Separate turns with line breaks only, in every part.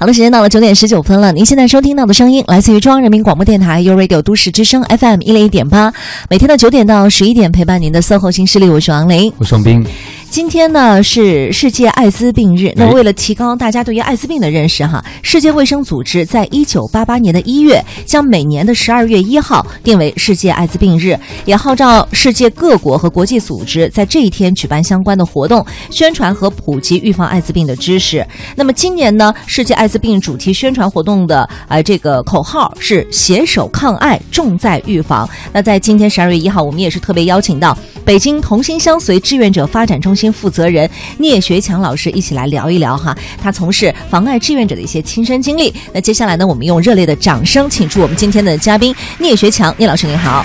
好了，时间到了九点十九分了。您现在收听到的声音来自于中央人民广播电台 u Radio 都市之声 FM 一零一点八，每天的九点到十一点陪伴您的 SOHO 新势力，我是王琳。
我双冰，
今天呢是世界艾滋病日，那
哎
为了提高大家对于艾滋病的认识哈，世界卫生组织在一九八八年的一月，将每年的十二月一号定为世界艾滋病日，也号召世界各国和国际组织在这一天举办相关的活动，宣传和普及预防艾滋病的知识。那么今年呢，世界艾滋病主题宣传活动的呃这个口号是“携手抗艾，重在预防”。那在今天十二月一号，我们也是特别邀请到北京同心相随志愿者发展中心负责人聂学强老师一起来聊一聊哈，他从事防艾志愿者的一些亲身经历。那接下来呢，我们用热烈的掌声，请出我们今天的嘉宾聂学强，聂老师您好。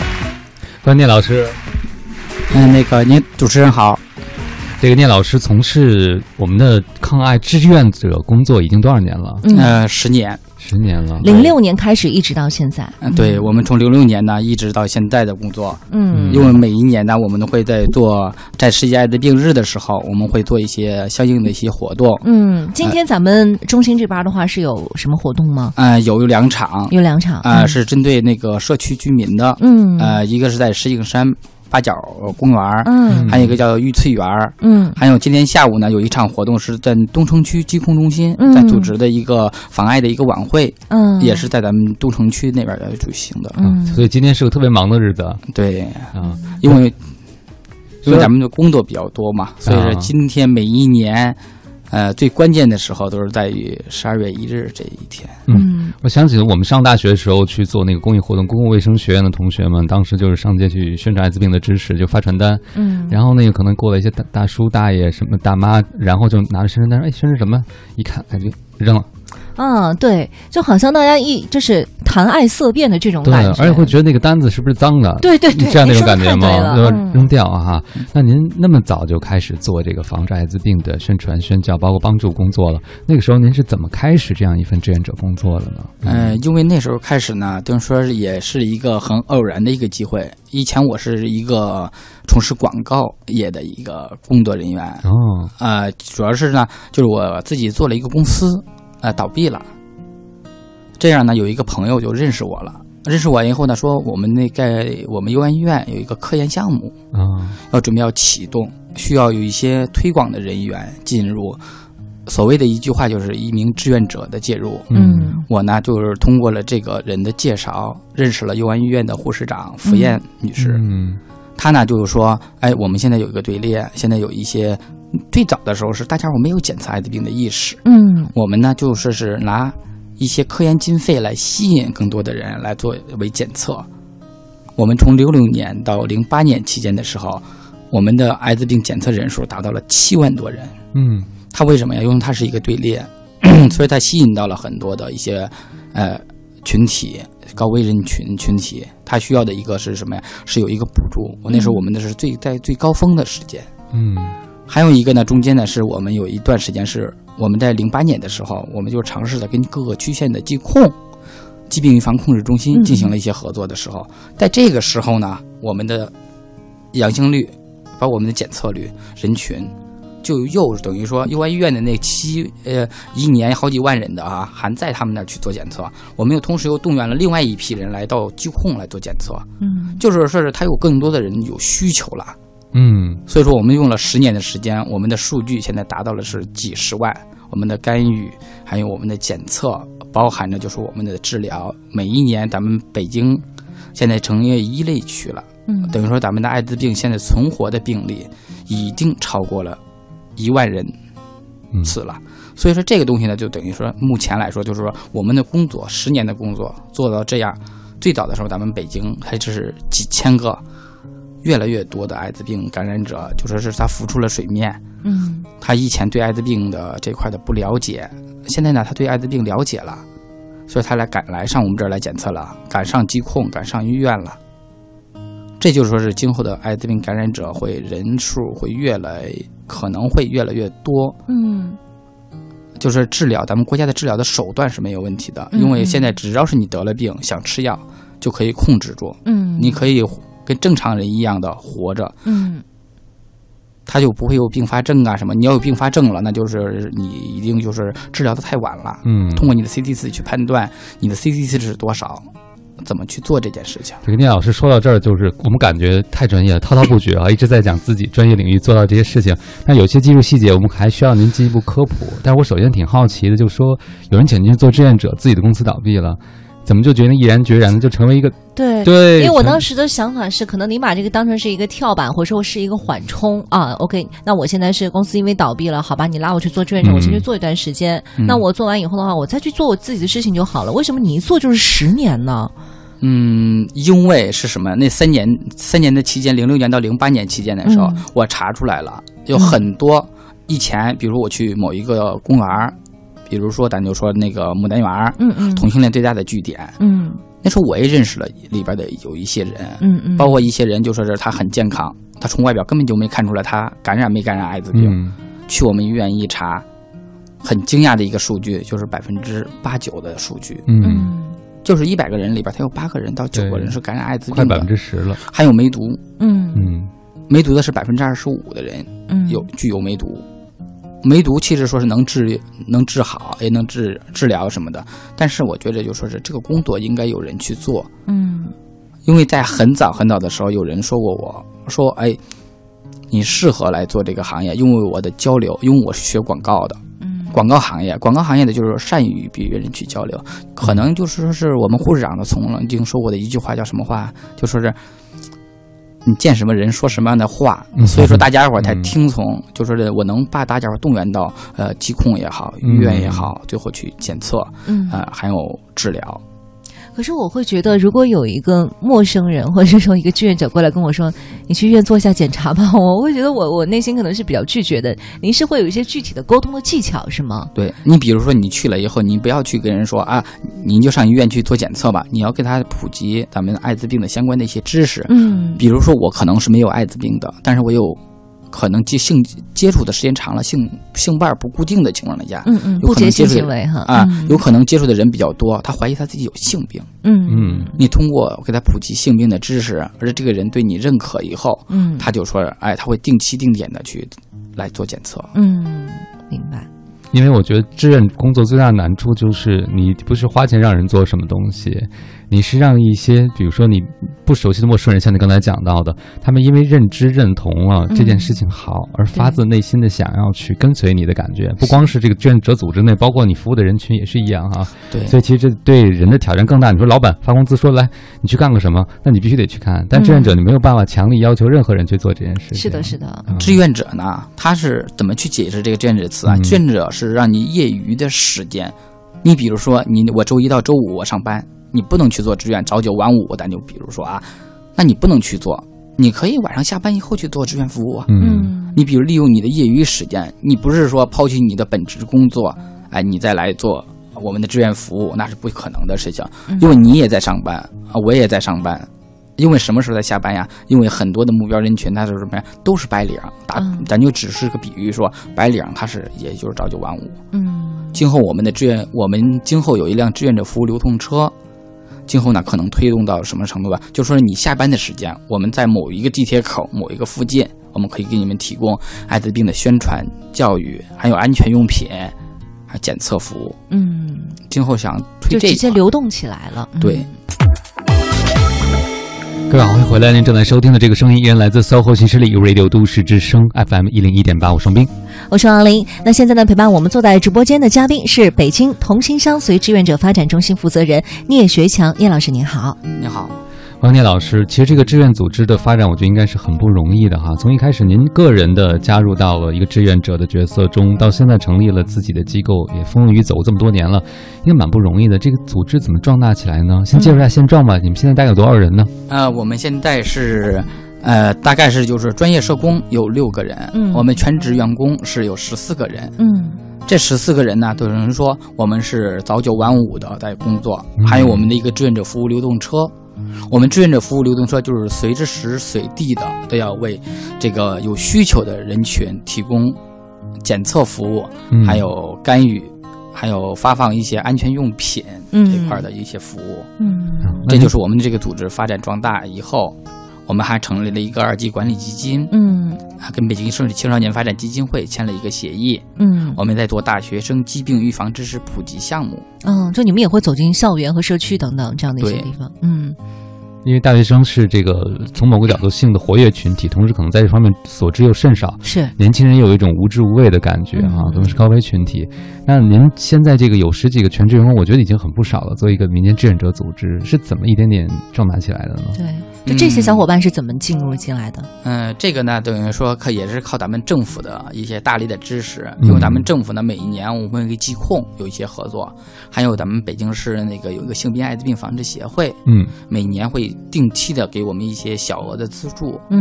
关聂老师，
嗯，那个您主持人好，
这个聂老师从事我们的抗艾志愿者工作已经多少年了？
嗯
呃，十年，
十年了。
零六年开始一直到现在，
嗯，对我们从零六年呢一直到现在的工作，
嗯
因为每一年呢，我们都会在做在世界艾滋病日的时候，我们会做一些相应的一些活动，
嗯，今天咱们中心这边的话是有什么活动吗？
呃，有两场，
有两场
呃，，是针对那个社区居民的，
嗯
呃，一个是在石景山八角公园儿，
嗯
还有一个叫玉翠园儿，
嗯
还有今天下午呢，有一场活动是在东城区疾控中心
嗯
在组织的一个防艾的一个晚会，
嗯，
也是在咱们东城区那边来举行的。
嗯，所以今天是个特别忙的日子啊。
对，因为因为咱们的工作比较多嘛，所以说今天每一年，呃，最关键的时候都是在于十二月一日这一天。
嗯
我想起我们上大学的时候去做那个公益活动，公共卫生学院的同学们，当时就是上街去宣传艾滋病的知识，就发传单。
嗯，
然后那个可能过来一些大大叔大爷什么大妈，然后就拿着宣传单说：“哎，宣传什么？”一看，哎，就扔了。
嗯，对，就好像大家一就是谈爱色变的这种
对
感，觉，
而且会觉得那个单子是不是脏的？
对对 对，
这样的一
你说得
种感觉
太对
吗？
了
就
嗯
扔掉啊哈！那您那么早就开始做这个防治艾滋病的宣传、宣教，包括帮助工作了。那个时候您是怎么开始这样一份志愿者工作的呢？
嗯、因为那时候开始呢，就是说也是一个很偶然的一个机会。以前我是一个从事广告业的一个工作 人员，
哦，
呃，主要是呢，就是我自己做了一个公司，呃，倒闭了。这样呢，有一个朋友就认识我了，认识我以后呢，说我们那在我们幼安医院有一个科研项目，
啊，
要准备要启动，需要有一些推广的人员进入。所谓的一句话就是一名志愿者的介入。
嗯
我呢，就是通过了这个人的介绍，认识了幼安医院的护士长付燕女士。
嗯
他呢就是说，哎，我们现在有一个队列，现在有一些最早的时候是大家伙没有检测艾滋病的意识，
嗯
我们呢就说是拿一些科研经费来吸引更多的人来作为检测。我们从零六年到零八年期间的时候，我们的艾滋病检测人数达到了七万多人。
嗯
它为什么呀？因为它是一个队列， 所以它吸引到了很多的一些呃群体、高危人群群体。它需要的一个是什么呀？是有一个补助。我那时候我们的是最在最高峰的时间，
嗯
还有一个呢，中间呢是我们有一段时间是我们在零八年的时候，我们就尝试着跟各个区县的疾控。疾病预防控制中心进行了一些合作的时候，在这个时候呢，我们的阳性率，包括我们的检测率、人群，就又等于说幼儿医院的那七呃一年好几万人的啊，还在他们那儿去做检测。我们又同时又动员了另外一批人来到疾控来做检测，
嗯
就是说是他有更多的人有需求了。
嗯
所以说，我们用了十年的时间，我们的数据现在达到了是几十万，我们的干预，还有我们的检测，包含着就是我们的治疗。每一年，咱们北京现在成为一类区了，
嗯
等于说咱们的艾滋病现在存活的病例已经超过了一万人
嗯
次了。所以说这个东西呢，就等于说目前来说，就是说我们的工作十年的工作做到这样，最早的时候咱们北京还只是几千个，越来越多的艾滋病感染者，就说是他浮出了水面。
嗯
他以前对艾滋病的这块的不了解，现在呢，他对艾滋病了解了，所以他来赶来上我们这儿来检测了，赶上疾控，赶上医院了。这就是说是今后的艾滋病感染者会人数会越来，可能会越来越多。
嗯
就是治疗，咱们国家的治疗的手段是没有问题的，
嗯
因为现在只要是你得了病，想吃药就可以控制住，
嗯，
你可以跟正常人一样的活着。
嗯
他就不会有并发症啊什么。你要有并发症了，那就是你一定就是治疗的太晚了。
嗯，
通过你的 CT 值去判断你的 CT 值是多少，怎么去做这件事情。
这个聂老师说到这儿，就是我们感觉太专业了，滔滔不绝啊，一直在讲自己专业领域做到这些事情。但有些技术细节，我们还需要您进一步科普。但是我首先挺好奇的，就是说有人请您去做志愿者，自己的公司倒闭了，怎么就决定毅然决然的就成为一个
对
对？
因为我
成
当时的想法是，可能你把这个当成是一个跳板，或者说是一个缓冲啊。OK，那我现在是公司因为倒闭了，好吧，你拉我去做志愿者，
嗯
我先去做一段时间。那我做完以后的话，我再去做我自己的事情就好了。为什么你一做就是十年呢？
嗯，因为是什么？那三年三年的期间，零六年到零八年期间的时候，
嗯
我查出来了有很多以前，比如我去某一个公园儿，比如说咱就说那个牡丹园儿，
嗯嗯
同性恋最大的据点。
嗯
那时候我也认识了里边的有一些人，
嗯嗯，
包括一些人就说是他很健康，他从外表根本就没看出来他感染没感染艾滋病。
嗯
去我们医院一查，很惊讶的一个数据就是百分之八九的数据，
嗯，
嗯
就是一百个人里边，他有八个人到九个
对
人是感染艾滋
快
病
百
的
分，之十了，
还有梅毒，
嗯
嗯
梅毒的是百分之二十五的人
嗯
有具有梅毒。梅毒其实说是能治、能治好，也能治治疗什么的，但是我觉得就说是这个工作应该有人去做，
嗯
因为在很早很早的时候，有人说过我说，哎，你适合来做这个行业，因为我的交流，因为我是学广告的，
嗯
广告行业，广告行业的就是善于与别人去交流，可能就是说是我们护士长的曾经说过的一句话叫什么话，就说是。你见什么人说什么样的话，
嗯
所以说大家伙儿才
嗯
听从，就说这我能把大家伙儿动员到呃疾控也好，医
嗯
院也好，最后去检测
嗯
啊、呃还有治疗。
可是我会觉得，如果有一个陌生人或者是说一个志愿者过来跟我说：“你去医院做一下检查吧。”我会觉得我我内心可能是比较拒绝的。您是会有一些具体的沟通的技巧是吗？
对你，比如说你去了以后，你不要去跟人说啊，您就上医院去做检测吧。你要给他普及咱们艾滋病的相关的一些知识。
嗯
比如说，我可能是没有艾滋病的，但是我有可能接性接触的时间长了，性性伴儿不固定的情况下，
嗯嗯，
有
不
可能
洁
接
性
触
行为哈
啊，有可能接触的人比较多，他怀疑他自己有性病。
嗯
嗯
你通过给他普及性病的知识，而且这个人对你认可以后，
嗯
他就说，哎，他会定期定点的去来做检测。
嗯，明白。
因为我觉得志愿工作最大的难处就是，你不是花钱让人做什么东西，你是让一些，比如说你不熟悉的陌生人，像你刚才讲到的，他们因为认知认同了、
嗯
这件事情好，而发自内心的想要去跟随你的感觉。不光是这个志愿者组织内，包括你服务的人群也是一样啊。
对
所以其实这对人的挑战更大。你说老板发工资说来，你去干个什么？那你必须得去干。但志愿者你没有办法强力要求任何人去做这件事
嗯
情。
是的，是的。
嗯，
志愿者呢，他是怎么去解释这个志愿者词啊？
嗯
志愿者是让你业余的时间，你比如说你我周一到周五我上班，你不能去做志愿，早九晚五，咱就比如说啊，那你不能去做，你可以晚上下班以后去做志愿服务啊。
嗯
嗯
你比如利用你的业余时间，你不是说抛弃你的本职工作，哎，你再来做我们的志愿服务，那是不可能的事情
嗯，
因为你也在上班啊，我也在上班。因为什么时候在下班呀？因为很多的目标人群，他是什么呀？都是白领，打
嗯
咱就只是个比喻说，白领他是也就是朝九晚五。
嗯
今后我们的志愿，我们今后有一辆志愿者服务流动车，今后呢可能推动到什么程度吧？就说你下班的时间，我们在某一个地铁口、某一个附近，我们可以给你们提供艾滋病的宣传、教育，还有安全用品，还有检测服务。
嗯，
今后想推
就
这
直
一
接
块，
流动起来了。嗯
对，
各位好，欢迎回来。您正在收听的这个声音依然来自 SOHO 新势力 Radio 都市之声 FM 一零一点八，我双冰。
我是王琳。那现在呢，陪伴我们坐在直播间的嘉宾是北京同心商随志愿者发展中心负责人聂学强，聂老师您好。
你好，
王聂老师，其实这个志愿组织的发展，我觉得应该是很不容易的哈。从一开始您个人的加入到了一个志愿者的角色中，到现在成立了自己的机构，也风雨走这么多年了，应该蛮不容易的。这个组织怎么壮大起来呢？先介绍一下现状吧。你们现在大概有多少人呢？
呃，我们现在是。呃，大概是就是专业社工有六个人，
嗯
我们全职员工是有十四个人，
嗯
这十四个人呢，都有人说我们是早九晚五的在工作
嗯，
还有我们的一个志愿者服务流动车。我们志愿者服务流动车就是随之时随地的都要为这个有需求的人群提供检测服务，
嗯，
还有干预，还有发放一些安全用品
嗯
这块儿的一些服务。
嗯
嗯，那
这
您
就是我们这个组织发展壮大以后，我们还成立了一个二级管理基金，
嗯
还跟北京市青少年发展基金会签了一个协议。
嗯
我们在做大学生疾病预防知识普及项目，
嗯，就你们也会走进校园和社区等等这样的一些
对
地方，嗯
因为大学生是这个从某个角度性的活跃群体，同时可能在这方面所知又甚少，
是。
年轻人有一种无知无畏的感觉啊
嗯，
都是高危群体。那您现在这个有十几个全职员工，我觉得已经很不少了。作为一个民间志愿者组织，是怎么一点点壮大起来的呢？
对，就这些
嗯
小伙伴是怎么进入进来的？
嗯、这个呢，等于说可也是靠咱们政府的一些大力的支持，
嗯
因为咱们政府呢，每一年我们会跟疾控有一些合作，还有咱们北京市那个有一个性病艾滋病防治协会，
嗯，
每年会定期的给我们一些小额的资助，
嗯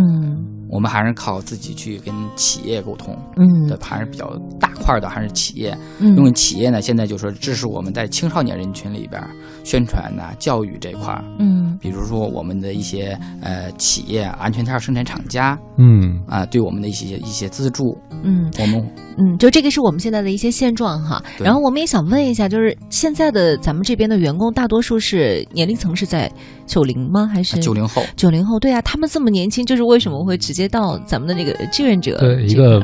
我们还是靠自己去跟企业沟通的
嗯，
还是比较大块的，还是企业，
嗯
因为企业呢现在就说支持我们在青少年人群里边儿宣传呐、教育这块儿。
嗯
比如说我们的一些呃企业安全套生产厂家
嗯，
啊、对我们的一些一些资助，
嗯
我们
嗯，就这个是我们现在的一些现状哈。
对
然后我们也想问一下，就是现在的咱们这边的员工，大多数是年龄层是在九零吗？还是
呃九零后
九零后？对啊，他们这么年轻，就是为什么会直接到咱们的这个志愿者
对
这
一个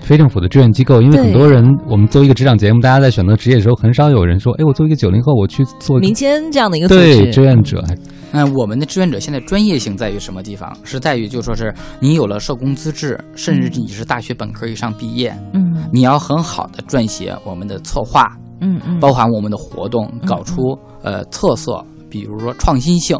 非政府的志愿机构，因为
对
很多人，我们做一个职场节目，大家在选择职业的时候，很少有人说，哎，我作为一个九零后，我去做一个
民间这样的一个组
对志
织？
愿者，哎
嗯、我们的志愿者现在专业性在于什么地方？是在于就说是你有了社工资质，甚至你是大学本科以上毕业，
嗯
你要很好的撰写我们的策划，
嗯嗯，
包含我们的活动，搞出呃特色，比如说创新性。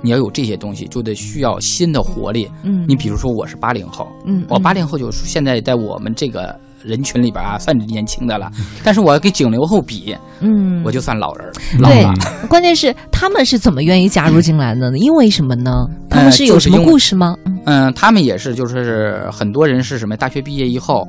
你要有这些东西，就得需要新的活力。
嗯
你比如说，我是八零后，
嗯，
我
嗯
八零后就是现在在我们这个人群里边啊，算是年轻的了。但是我要跟九零后比，
嗯，
我就算老人儿，老
对
了。，
关键是他们是怎么愿意加入进来的呢？因为什么呢？他
呃
们是有
嗯就
什
是
么
因为
故事吗？嗯
嗯，他们也是，就是说是很多人是什么，大学毕业以后，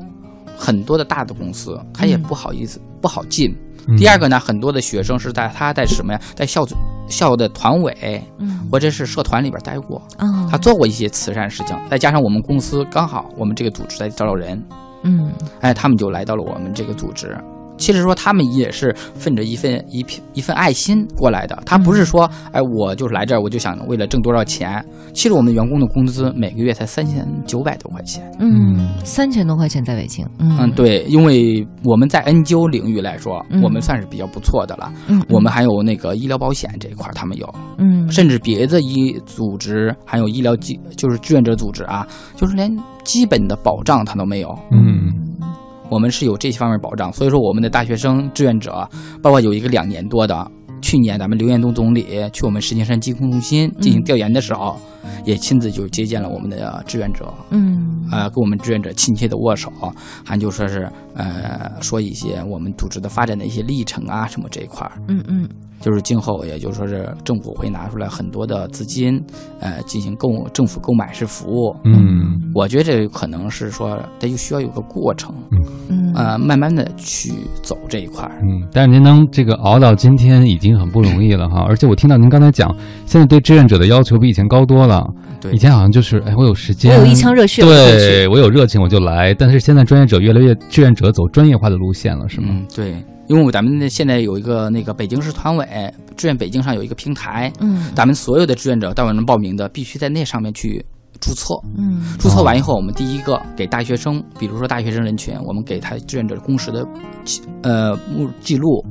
很多的大的公司他也
嗯
不好意思、不好进。
嗯
第二个呢，很多的学生是在他在什么呀，在校校的团委
嗯
或者是社团里边待过，
啊
他做过一些慈善事情。再加上我们公司刚好我们这个组织在招人，
嗯
哎，他们就来到了我们这个组织。其实说他们也是奔着一份一片一份爱心过来的，他不
嗯
是说，哎，我就是来这儿，我就想为了挣多少钱。其实我们员工的工资每个月才三千九百多块钱。
嗯，三千多块钱在北京，
嗯，对，因为我们在 NGO 领域来说，
嗯
我们算是比较不错的了。
嗯，
我们还有那个医疗保险这一块儿，他们有，
嗯
甚至别的医组织还有医疗机，就是志愿者组织啊，就是连基本的保障他都没有。
嗯
我们是有这些方面保障，所以说我们的大学生志愿者，包括有一个两年多的，去年咱们刘延东总理去我们石景山疾控中心进行调研的时候，也亲自就接见了我们的志愿者，
嗯
啊，跟我们志愿者亲切的握手，还就说是呃说一些我们组织的发展的一些历程啊什么这一块儿，
嗯嗯
就是今后也就是说是政府会拿出来很多的资金，呃进行购政府购买式服务，
嗯
我觉得这可能是说它就需要有个过程。
嗯
呃，慢慢的去走这一块儿。
嗯，但是您能这个熬到今天已经很不容易了哈，而且我听到您刚才讲，现在对志愿者的要求比以前高多了，
对
以前好像就是哎我有时
我
间，
有一腔热血，我就去
对我有热情我就来，但是现在专业者越来越志愿者走专业化的路线了，是吗？
嗯，对，因为咱们现在有一个那个北京市团委志愿北京上有一个平台，
嗯
咱们所有的志愿者到我们报名的，必须在那上面去注册。
嗯
注册完以后，我们第一个给大学生，比如说大学生人群，我们给他志愿者工时的记呃目记录。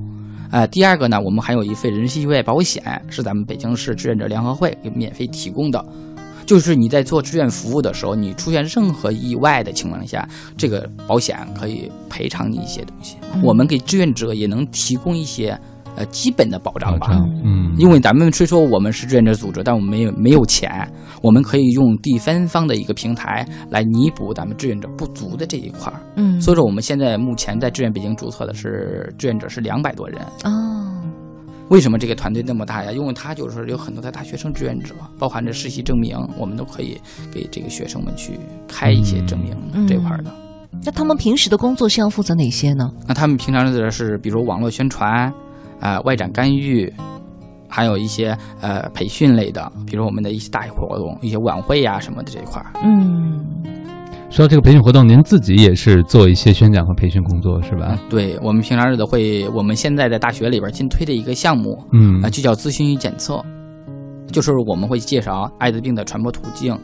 呃，第二个呢，我们还有一份人身意外保险，是咱们北京市志愿者联合会给免费提供的。就是你在做志愿服务的时候，你出现任何意外的情况下，这个保险可以赔偿你一些东西。
嗯
我们给志愿者也能提供一些呃基本的保障吧。
障，嗯，
因为咱们虽说我们是志愿者组织，但我们没有没有钱，我们可以用第三方的一个平台来弥补咱们志愿者不足的这一块儿。
嗯，
所以说，我们现在目前在志愿北京注册的是志愿者是两百多人。
哦
为什么这个团队那么大呀？因为他就是说有很多的大学生志愿者，包含着实习证明，我们都可以给这个学生们去开一些证明
嗯
这块儿的。
那他们平时的工作是要负责哪些呢？
那他们平常的是，比如网络宣传，啊、外展干预，还有一些呃培训类的，比如我们的一些大活动、一些晚会呀、什么的这一块儿。
嗯
说到这个培训活动，您自己也是做一些宣讲和培训工作是吧？
嗯对我们平常日的会，我们现在在大学里边儿新推的一个项目，啊
嗯
啊、，就叫咨询与检测。就是我们会介绍艾滋病的传播途径，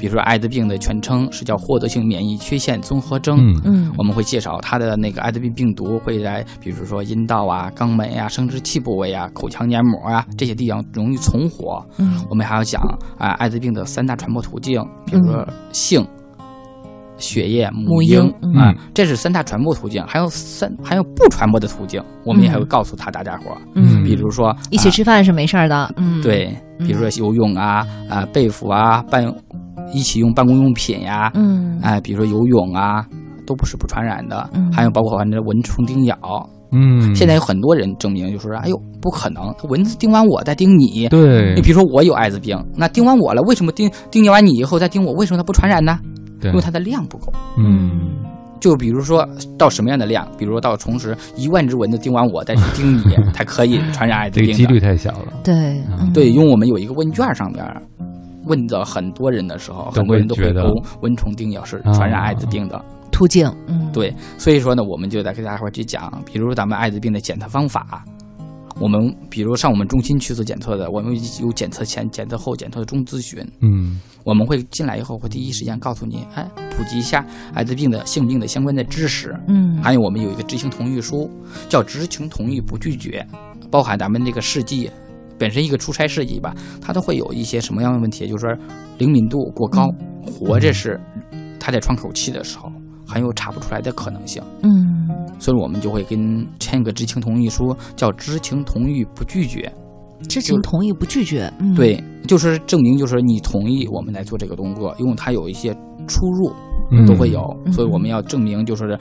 比如说艾滋病的全称是叫获得性免疫缺陷综合征。
嗯
嗯
我们会介绍它的那个艾滋病病毒会在，比如说阴道啊、肛门啊、生殖器部位啊、口腔黏膜啊这些地方容易存活。
嗯
我们还要讲啊，艾滋病的三大传播途径，比如说性、血液、
嗯母
母
婴嗯
啊，这是三大传播途径，还有三还有不传播的途径，我们也还会告诉他大家伙儿，
嗯，
比如说
一起
啊
吃饭是没事儿的，嗯，，
对，
嗯
比如说游泳啊啊被服啊办一起用办公用品呀、
嗯
哎，比如说游泳啊，都不是不传染的。
嗯
还有包括反正蚊虫叮咬，
嗯，
现在有很多人证明就说，哎呦，不可能，蚊子叮完我再叮你。
对
你比如说我有艾滋病，那叮完我了，为什么叮叮完你以后再叮我，为什么它不传染呢？
对
因为它的量不够。
嗯
就比如说到什么样的量，比如说到同时一万只蚊子叮完我再去 叮你，才可以传染艾滋
这
病
个几
的。
率太小了，
对
嗯
对，因为我们有一个问卷上面问到很多人的时候，
都会
很多人都
觉
会
得啊
勾蚊虫叮咬是传染艾滋病的。
途径，嗯，
对，所以说呢，我们就得给大伙儿去讲，比如说咱们艾滋病的检测方法。我们比如上我们中心去做检测的，我们有检测前、检测后、检测中咨询。
嗯
我们会进来以后，会第一时间告诉你，哎，普及一下艾滋病的性病的相关的知识。
嗯，
还有我们有一个知情同意书，叫知情同意不拒绝，包含咱们这个试剂本身一个出差试剂吧，它都会有一些什么样的问题，就是说灵敏度过高，活着是它在窗口期的时候还有查不出来的可能性，
嗯
所以我们就会跟签一个知情同意书，叫知情同意不拒绝，
知情同意不拒绝，嗯，，
对，就是证明就是你同意我们来做这个工作，因为它有一些出入，
嗯
都会有，
嗯
所以我们要证明就是。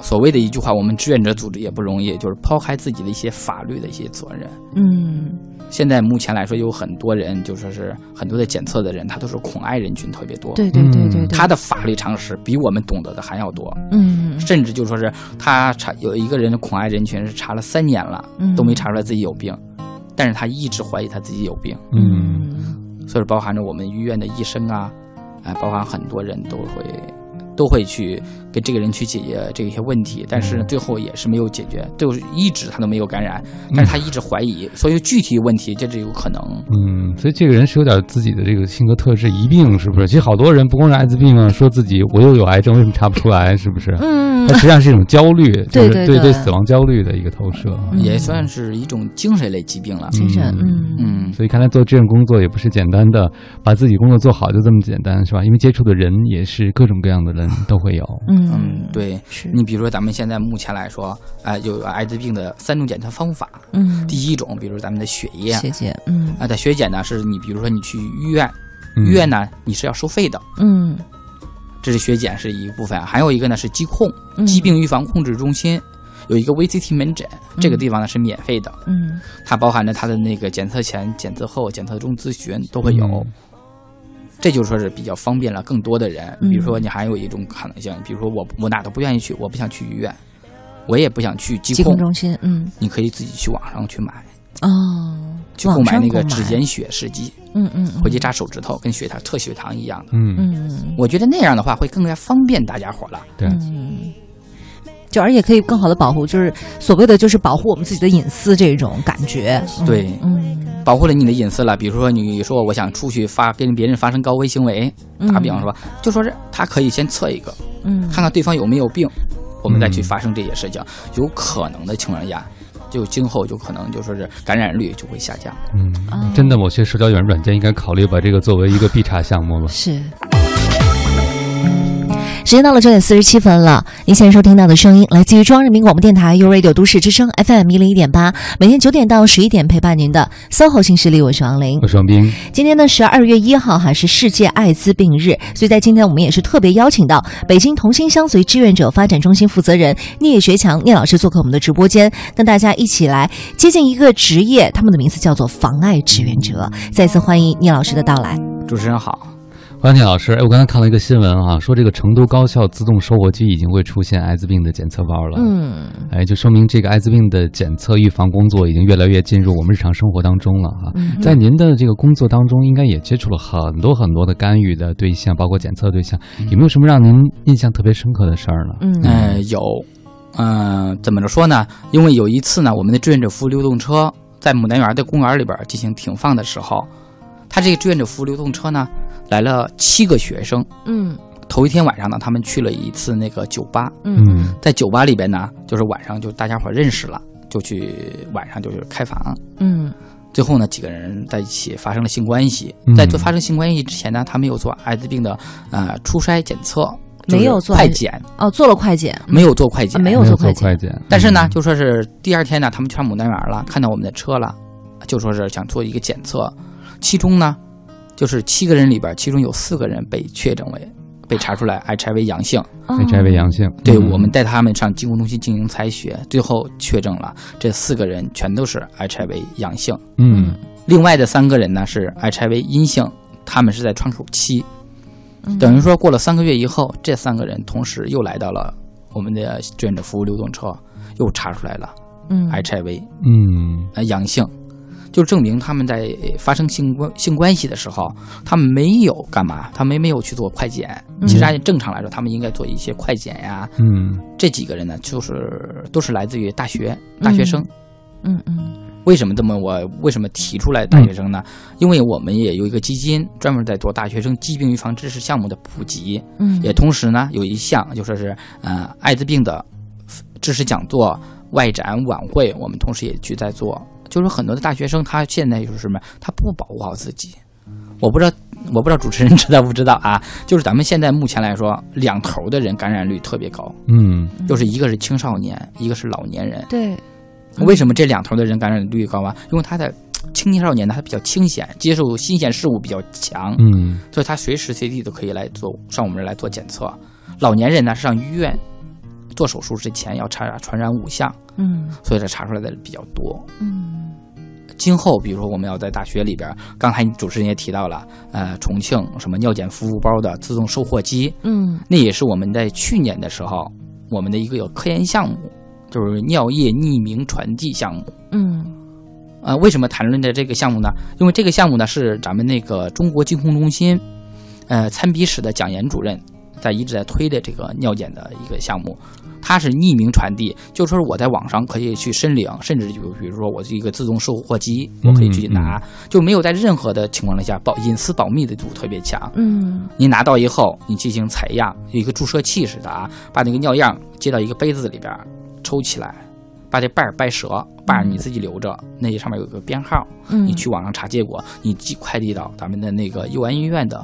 所谓的一句话，我们志愿者组织也不容易，就是抛开自己的一些法律的一些责任。
嗯
现在目前来说，有很多人就说是很多的检测的人，他都是恐艾人群特别多，
对对对对对，
嗯他的法律常识比我们懂得的还要多，
嗯
甚至就说是他查有一个人的恐艾人群是查了三年了，
嗯
都没查出来自己有病，但是他一直怀疑他自己有病，
嗯
所以包含着我们医院的医生啊，哎，包含很多人都会都会去跟这个人去解决这些问题，但
嗯
是呢，最后也是没有解决，最后一直他都没有感染，但是他一直怀疑，所以具体问题这就有可能。
嗯，所以这个人是有点自己的这个性格特质疑病，是不是？其实好多人不光是艾滋病啊，说自己我又有癌症，为什么查不出来？是不是？
嗯
它实际上是一种焦虑，就是
对
对
对
死亡焦虑的一个投射。啊
嗯
也算是一种精神类疾病了。
精神，
嗯
嗯
嗯，
所以看来做这种工作也不是简单的，把自己工作做好就这么简单，是吧？因为接触的人也是各种各样的人都会有。
嗯
嗯，，对
是，
你比如说咱们现在目前来说，啊、有艾滋病的三种检测方法。
嗯，
第一种，比如咱们的血液啊
学，姐，嗯
在血检呢，是你比如说你去医院，
嗯
医院呢你是要收费的，
嗯
这是血检是一部分，啊还有一个呢是疾控，
嗯，
疾病预防控制中心有一个 VCT 门诊，这个地方呢是免费的，
嗯
它包含着它的那个检测前、检测后、检测中咨询都会有。
嗯
这就说是比较方便了更多的人，
嗯
比如说你还有一种可能性，比如说我我哪都不愿意去，我不想去医院，我也不想去疾
疾
控
控，中心，嗯
你可以自己去网上去买，
哦，
去
网
购买
上
那个
购买
指尖血试剂，
嗯嗯，
回去扎手指头，跟血糖测血糖一样的。
嗯，
嗯
我觉得那样的话会更加方便大家伙了。
对，
嗯。就而且可以更好的保护，就是所谓的就是保护我们自己的隐私这种感觉。
对
嗯，
保护了你的隐私了。比如说，你说我想出去发跟别人发生高危行为，打比方说吧，就说是他可以先测一个，
嗯，
看看对方有没有病，我们再去发生这些事情。有可能的情况下，就今后就可能就说是感染率就会下降。
嗯
哦，
真的，某些社交软软件应该考虑把这个作为一个必查项目了。
是。时间到了九点四十七分了，您现在收听到的声音来自于中央人民广播电台 u Radio 都市之声 FM 一零一点八，每天九点到十一点陪伴您的 SOHO 新势力，我是王琳
我。是王斌，
今天呢，十二月一号哈是世界艾滋病日，所以在今天我们也是特别邀请到北京同心相随志愿者发展中心负责人聂学强聂老师做客我们的直播间，跟大家一起来接近一个职业，他们的名字叫做妨碍志愿者。再次欢迎聂老师的到来。
主持人好，
欢迎聂老师。哎，我刚才看了一个新闻啊，说这个成都高校自动收活机已经会出现艾滋病的检测包了。
嗯，
哎，就说明这个艾滋病的检测预防工作已经越来越进入我们日常生活当中了啊。
嗯
在您的这个工作当中，应该也接触了很多很多的干预的对象，包括检测对象，
嗯
有没有什么让您印象特别深刻的事儿呢？
嗯
呃嗯、有，嗯、怎么着说呢？因为有一次呢，我们的志愿者服务流动车在牡丹园的公园里边进行停放的时候，他这个志愿者服务流动车呢，来了七个学生。
嗯
头一天晚上呢，他们去了一次那个酒吧，
嗯
嗯
在酒吧里边呢，就是晚上就大家伙认识了，就去晚上就是开房。
嗯
最后呢，几个人在一起发生了性关系
嗯。
在做发生性关系之前呢，他们有做艾滋病的呃初筛检测，就是
没有做
快检，
哦，做了快检，
没有做快检，
啊没有
没有
做
做
快
快检，
但是呢，
嗯
就说是第二天呢，他们去上牡丹园了，看到我们的车了，就说是想做一个检测，其中呢，就是七个人里边，其中有四个人被确诊为被查出来 HIV 阳性。
哦
HIV 阳性，
对、
嗯
我们带他们上疾控中心进行采血，最后确诊了这四个人全都是 HIV 阳性，
嗯
另外的三个人呢是 HIV 阴性，他们是在窗口期，
嗯
等于说过了三个月以后，这三个人同时又来到了我们的志愿者服务流动车，又查出来了
嗯
HIV
嗯
呃阳性，就证明他们在呃发生性关性关系的时候，他们没有干嘛，他们没有去做快检。
嗯
其实按正常来说，他们应该做一些快检呀。
嗯
这几个人呢，就是都是来自于大学大学生。
嗯嗯
为什么这么我为什么提出来大学生呢？因为我们也有一个基金专门在做大学生疾病预防知识项目的普及，
嗯
也同时呢有一项就说是呃艾滋病的知识讲座、外展晚会，我们同时也去在做。就是很多的大学生他现在就是什么，他不保护好自己，我不知道。我不知道主持人 知道不知道啊？就是咱们现在目前来说，两头的人感染率特别高，
嗯
就是一个是青少年，一个是老年人。
对，嗯
为什么这两头的人感染率高啊？因为他的青少年呢，他比较清闲，接受新鲜事物比较强，
嗯
所以他随时随地都可以来做上我们这儿来做检测。老年人呢，上医院做手术之前要查传染五项，
嗯
所以这查出来的比较多。
嗯
今后，比如说我们要在大学里边儿，刚才主持人也提到了，呃，重庆什么尿检服务包的自动售货机，
嗯
那也是我们在去年的时候，我们的一个有科研项目，就是尿液匿名传递项目。
嗯
呃，为什么谈论的这个项目呢？因为这个项目呢是咱们那个中国疾控中心，呃，参比室的蒋岩主任在一直在推的这个尿检的一个项目。它是匿名传递，就说是我在网上可以去申领，甚至就比如说我是一个自动售货机，我可以去拿，就没有在任何的情况之下保隐私保密的度特别强。
嗯
你拿到以后，你进行采样，有一个注射器似的啊，把那个尿样接到一个杯子里边儿，抽起来，把这瓣儿掰折，瓣儿你自己留着，那上面有个编号，
嗯，
你去网上查结果，你寄快递到咱们的那个幼儿医院的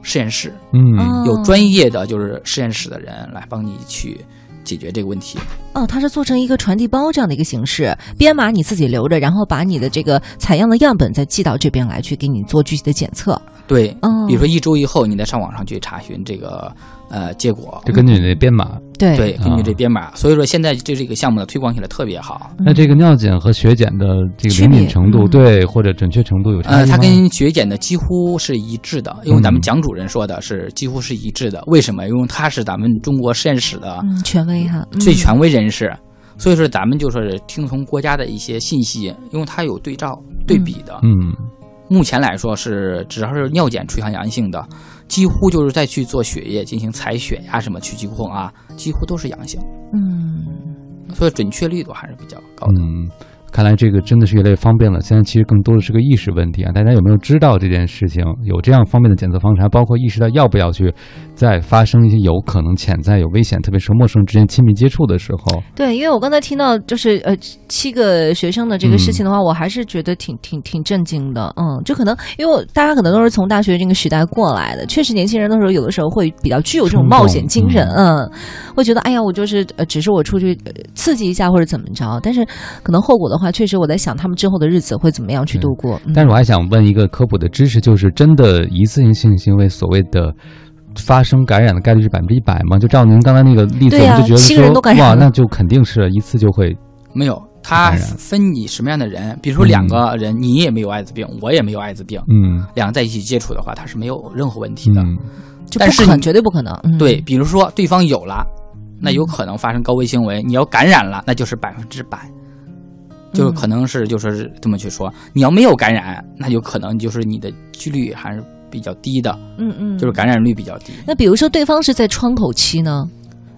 实验室，
嗯
哦
有专业的就是实验室的人来帮你去解决这个问题。
哦，它是做成一个传递包这样的一个形式，编码你自己留着，然后把你的这个采样的样本再寄到这边来，去给你做具体的检测。
对，
哦
比如说一周以后，你再上网上去查询这个呃结
哎
果。
这根据你的编码，
对
对，根据这
啊
编码，所以说现在这这个项目呢推广起来特别好。
那这个尿检和血检的这
嗯
个
区
灵
别
敏程度，
嗯
对或者准确程度有差
呃，
异吗？
它跟血检的几乎是一致的，因为咱们
嗯
蒋主任说的是几乎是一致的。为什么？因为他是咱们中国实验室的
嗯，权威哈，嗯
最权威人士，所以说咱们就说是听从国家的一些信息，因为它有对照对比的。
嗯
目前来说是，只要是尿检出现阳性的，几乎就是再去做血液进行采血呀、什么去疾控啊，几乎都是阳性，
嗯
所以准确率度还是比较高的。
嗯。看来这个真的是越来越方便了。现在其实更多的是个意识问题啊，大家有没有知道这件事情？有这样方面的检测方式，还包括意识到要不要去，在发生一些有可能潜在有危险，特别是陌生人之间亲密接触的时候，
对，因为我刚才听到就是呃七个学生的这个事
嗯
情的话，我还是觉得挺挺挺震惊的。嗯，就可能因为我大家可能都是从大学这个时代过来的，确实年轻人的时候有的时候会比较具有这种
冲
冒
动
险精神，嗯，会觉得哎呀，我就是呃，只是我出去、呃刺激一下或者怎么着，但是可能后果的话，确实我在想他们之后的日子会怎么样去
对
度过。嗯
但是我还想问一个科普的知识，就是真的一次性性行为所谓的发生感染的概率是百分之一百吗？就照您刚才那个例子，
对呀
我就觉得
七个人
说
都感染
哇，
了
那就肯定是一次就会
没有，它
当然
分你什么样的人，比如说两个人，你也没有艾滋病，我也没有艾滋病，
嗯
两个在一起接触的话，它是没有任何问题的。
嗯
就
但
不
是
可能，
你
绝对不可能。嗯、
对，，比如说对方有了，那有可能发生高危行为，你要感染了，那就是百分之百，
嗯
就是可能是就说是这么去说。你要没有感染，那有可能就是你的几率还是比较低的，
嗯嗯，
就是感染率比较低。
那比如说对方是在窗口期呢，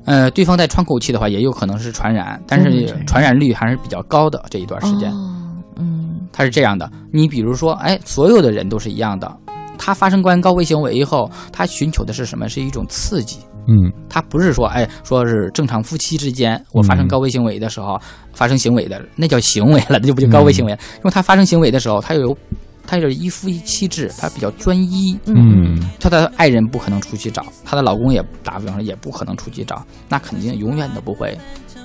呃，对方在窗口期的话，也有可能是传染，但
嗯
是
传染
传染率还是比较高的这一段时间。
哦、嗯。
它是这样的，你比如说，哎，所有的人都是一样的，他发生官高危行为以后，他寻求的是什么？是一种刺激。
嗯
他不是说，哎，说是正常夫妻之间，我发
嗯
生高危行为的时候，发生行为的那叫行为了，那就不叫高危行为
嗯
了。因为他发生行为的时候，他有，他有一夫一妻制，他比较专一，
嗯
她的爱人不可能出去找，她的老公也打比方说也不可能出去找，那肯定永远都不会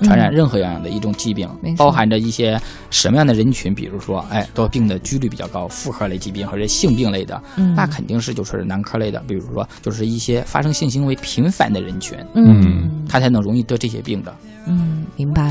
传染任何样的一种疾病，
没错
包含着一些什么样的人群，比如说，哎，得病的几率比较高，妇科类疾病或者性病类的，
嗯
那肯定是就是男科类的，比如说就是一些发生性行为频繁的人群，
嗯
他才能容易得这些病的。
嗯，明白了。